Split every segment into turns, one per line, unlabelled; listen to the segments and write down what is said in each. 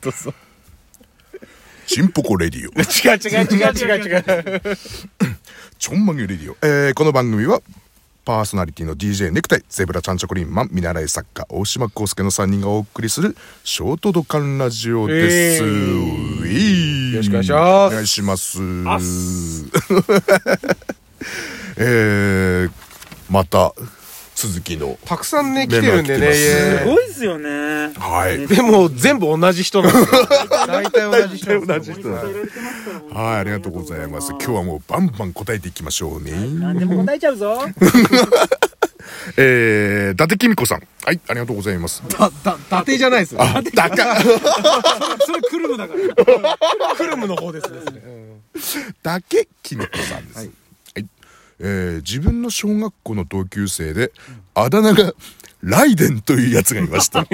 どうぞ。
チンポコレディオ、
違う違う違う違う違う。
ちょんまげレディオ。えーこの番組は、パーソナリティの DJ ネクタイ、ゼブラちゃんチョコリンマン、見習い作家、大島康介の3人がお送りする、ショートドカンラジオです。
えー
ウィーン
よろしくお願いします
お願いします。
あっす
えー、また、続きの。
たくさんね来てるんでね
メー
すごいっすよね。
はい
ね
でも全部同じ人なんですよ大体同じ人なん
同
です
じ
よ
人だはい、ありがとうございます。今日はもうバンバン答えていきましょうね。
何でも答えちゃうぞ。
えー、伊達公子さん。はい、ありがとうございます。
だだ伊達じゃないですよ
あ、だか、
それクルムだから。
クルムの方ですね
だけきのこさんです。はい、えー自分の小学校の同級生で、あだ名がライデンというやつがいま した。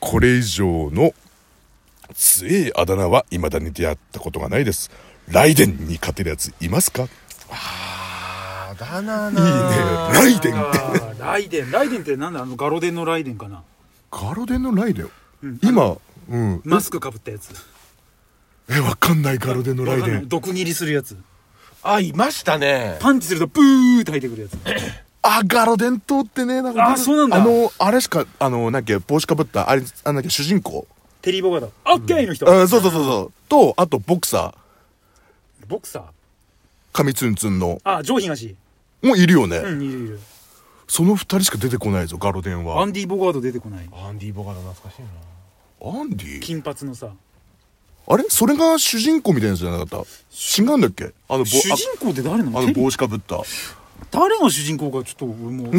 これ以上の強いあだ名は未だに出会ったことがないです。ライデンに勝てるやついますかいいね。
あだ名
ライデンって。
ライデン、ライデンってなんだあのガロデンのライデンかな。
ガロデンのライデン、今、うん。
マスクかぶったやつ。
え、わかんないガロデンのライ
わ
デ
かんない
ン。
毒斬りするやつ。
あいましたね
パンチするとブーって入ってくるやつ。
あ、ガロデン通ってね、なんか。
あそうなんだ
あの、あれしか、あの、なんか帽子かぶった、あれ、あなんか主人公。
テリーボガード。オッケーの人。
うん、そうそうそうそう。と、あと、ボクサー、
ボクサー。
神ツンツンの、
あ、ジョー東。
もういるよね。
うん、いるいる。
その二人しか出てこないぞ、ガロデンは。
アンディ・ボガード出てこない。
アンディ・ボガード懐かしいな
アンディ
金髪のさ。
あれそれが主人公みたいなやつじゃなかった違うんだっけあの、ぼ
主人公って誰な
ああの
のテリー
帽子かぶった。
誰が主人公かちょっと俺もう。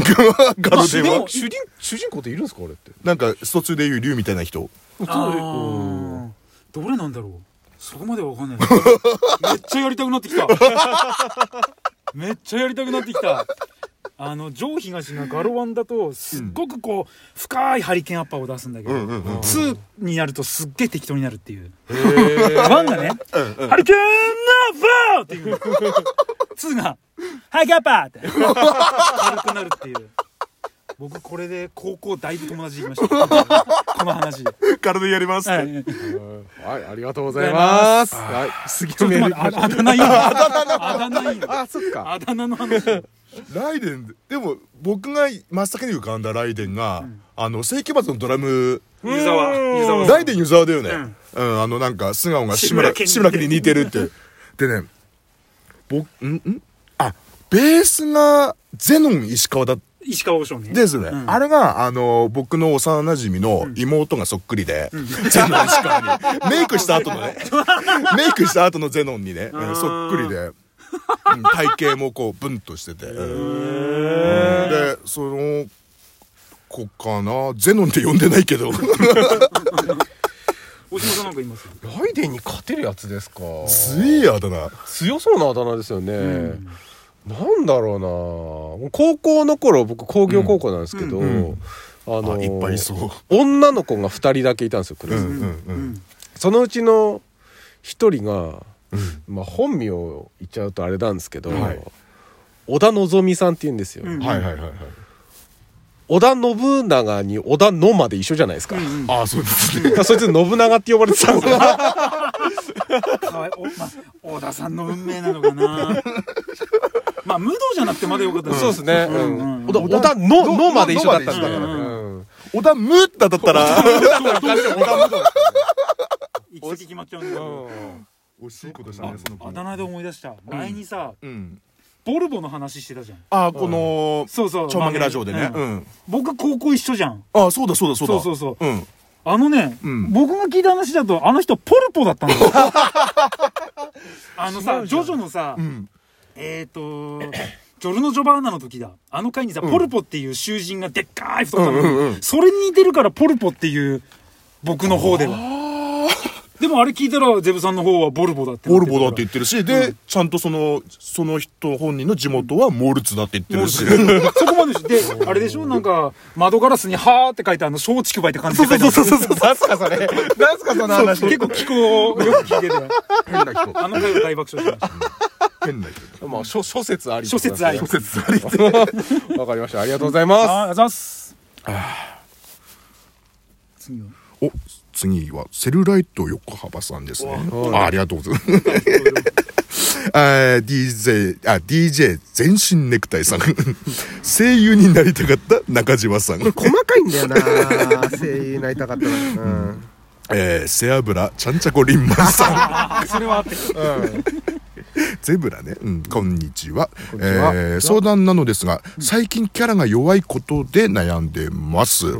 ガロデ
で
ンは
も、
主人主人公っているんですかあれって
なんか、スト2でいう竜みたいな人。
あーどれなんだろうそこまでわかんない めっちゃやりたくなってきためっちゃやりたくなってきたあの上東がガロワンだとすっごくこう、深いハリケーンアッパーを出すんだけど、2になるとすっげえ適当になるっていうワンがね、ハリケーンアッパーっていう2がハリケーンアッパーって軽くなるっていう僕これで高校だいぶ友達できましたこの話
ガロデンやりますって。
はい
はいありがとうございますはい次
ちょ
の
っ
メ
と
ー
待
ル
って、ああだ名いいのあだ名いいの
あそっか
あだ名の話。
ライデンでも僕が真っ先に浮かんだライデンが、あの世紀末のドラム
湯沢、湯沢さん。
ライデン湯沢だよね、うんあのなんか素顔が志村
志村けん
志村けんに似てるってでね僕んんあベースがゼノン石川だっ
石川王将ね。
ですね、
ん
あれがあの僕の幼馴染の妹がそっくりで、ゼノン石川にメイクした後 のねメイクした後のゼノンにね、うんそっくりで、うん体型もこうブンとしてて、うんでその子かなゼノンって呼んでないけど
大島さんなんかいます
ライデンに勝てるやつですか
強えやだな
強そうなあだ名ですよね、なんだろうなもう高校の頃僕工業高校なんですけど、あの
あいっぱいいそう
女の子が2人だけいたんですよクラス、
うんうん
うん。
そのうちの1人が、まあ、本名言っちゃうとあれなんですけど、
はい
織田の美さんって言うんですよ、
うん
はいはいはいはい。
織田信長に織田のまで一緒じゃないですか、だ
ああ、そうですね。
から そいつ信長って呼ばれてたんですよ
かわいおまあ、小田さんの運命なのか な。まあ、無道じゃなくてまだよかった
そうですね、
うん
う
うんん
織田織田ののまで一緒だったんですか
の
ら、
のま
で一緒
うん
小田無だったら、
行き先決まっちゃうんだけど。
惜しいことした
あ
ね、その
あだ名で思い出した。前にさ、
うん。
ボルボの話してたじゃん。
ああ、この、
そうそう。
ちょんまげラジオでね。
う
うんん。
僕、高校一緒じゃん。
ああ、そうだそうだそうだ。
そうそうそう
うん。
あのね、
ん
僕が聞いた話だと、あの人、ポルポだったんだ よ。あのさ、ジョジョのさ、
ん
えっ、と、ジョルノ・ジョバーナの時だ。あの回にさ、ポルポっていう囚人がでっかい太ったの、それに似てるからポルポっていう、僕の方では。でもあれ聞いたら、ゼブさんの方はボルボだってな
ボ
る
ルボだって言ってるし、で、ちゃんとその、その人本人の地元はモルツだって言ってるし。
そこまでしで、あれでしょなんか、窓ガラスに、はーって書いて、あの、松竹梅って感じで書いてある。
そうそう、なんすかそれ。なんすかその話。
結構気候をよく聞いてる。
変な人。
あの回は大爆笑しました。
変な人。
まあ、諸諸説あり。
諸説あり
わ
諸
か りました。ありがとうございます。
あありがとうございます。次は。
お、次はセルライト横幅さんですね
わ
あありがとうございます あー DJ あ DJ 全身ネクタイさん 声優になりたかった中島さん
細かいんだよな声優になりたかったなうん
えー、背脂ちゃんちゃこりんまんさ ん
あそれはあって
ゼブラね、うん、こんにちは
んにちは
えー相談なのですが最近キャラが弱いことで悩んでます、う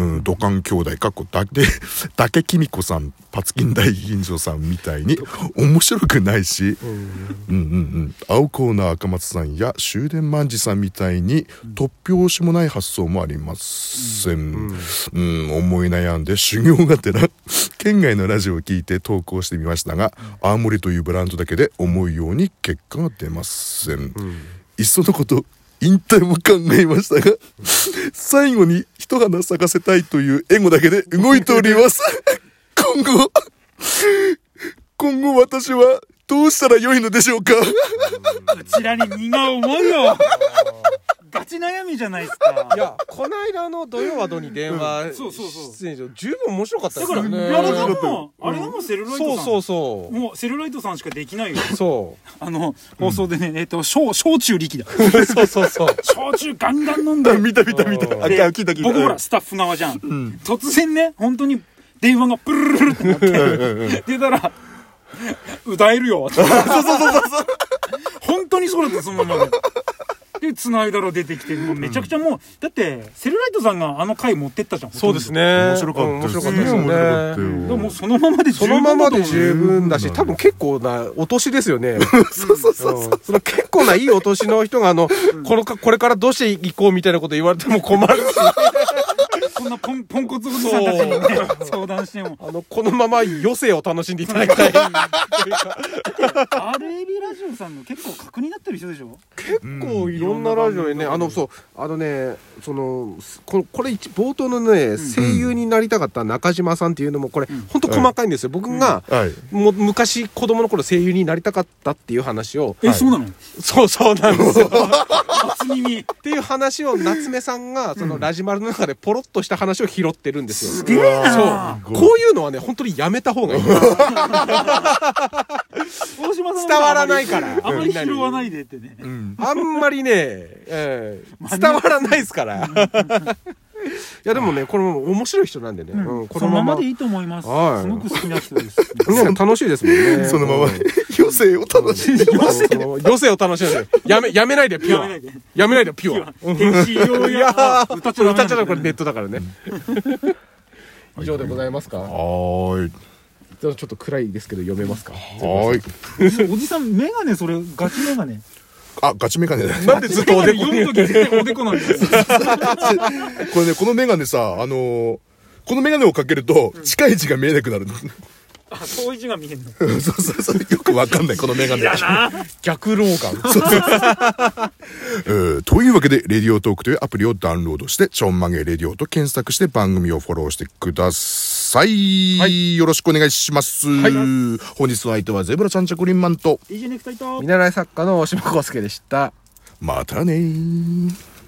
ん、土管兄弟かっこだけ だけきみこさんパツキン大吟醸さんみたいに面白くないし、うんうんうん、青コーナー赤松さんや終電万次さんみたいに突拍子もない発想もありません、うん思い悩んで修行がてら県外のラジオを聞いて投稿してみましたが青森というブランドだけで思うように結果が出ません、いっそのこと引退も考えましたが最後に一花咲かせたいというエゴだけで動いており ます今後今後私はどうしたら良いのでしょうか
こちらに荷が重いよガチ悩みじゃないですか
いやこの間の土曜ワドに電話
そうそうそう
出演者十分面白かったで
だ
す
か
よ
らあ
ね
れがもうあれがもうセルライト
そう
さん
そうそ
もうセルライトさんしかできないよ
うそ
あの放送でね、えっ、と小小中力だ
うそうそうそう
焼酎ガンガン飲んで
見た見た見たあ
で
聞いた聞いた
僕ほらスタッフ側じゃん、突然ね本当に電話がプルルルルってなって出たら歌えるよそうそうそうそう本当にそうだったそのままでで繋いだら出てきてもうめちゃくちゃもうだってセルライトさんがあの回持ってったじゃん
そうです
ね
ね
面白かった
面白かった
で
ですす
ね
よ
面白かった
ね
よ
もうそのままで十
その
分だ
ま
と思
まで
う
十分だし、多分結構なお年ですよね。 そうそうそう。その結構ないいお年の人が、あの、このか、これからどうしていこうみたいなこと言われても困るし、
こんなポンポンコツおじさんたちにね相談しても
あの、このまま余生を楽しんでいただきたい。
RAB ラジオさんの結構確認なってる人でしょ
結構いろんなラジオでね、あの、そう、あのね、その、このこれ一、冒頭のね、声優になりたかった中島さんっていうのも、これ、ほんと細かいんですよ。僕が、
はい
もう昔子供の頃声優になりたかったっていう話を、
え、そうなの
そうそうなんです よ。
初耳
っていう話を夏目さんがそのラジマルの中でポロッとした話を拾ってるんですよ。
すげえな
そうこういうのはね本当にやめた方がいい伝
大島さん
わらないから
あんまり拾わ
い
ないでってね。
あんまりね、ええ伝わらないですからいやでもねこれも面白い人なんでね、うんこ
そのままでい
ね
いと思います。
はい
すごく好きな人です。
楽しいですもんね
そのまま
うん
余生を楽しんで
余生余生を楽しんでやめやめないでピュア
やめないで
やめないでピュア
天使用
いや
や
ー
歌っちゃダメ
歌
な
っ
ん
ち
だ
ゃダメ
よね
これネットだからね 以上でございますか
はーい
ちょっと暗いですけど読めますか
はーい
おじさん、メガネ、それ、ガチメガネ。
あガチメガネだ
なんでずっとおでこ
読むとき絶対おでこなんですよ。
これねこのメガネさあのーこのメガネをかけると近い位置が見えなくなる
あ、そういう字が見えんの。
そうそうそうよくわかんないこのメガネ
逆老眼
えーというわけで、レディオトークというアプリをダウンロードして、ちょんまげレディオと検索して番組をフォローしてください。よろしくお願いします。本日の相手はゼブラちゃんちゃくりんまんと、
いいじゃね、二人と。
見習い作家の大島康介でした
またねー。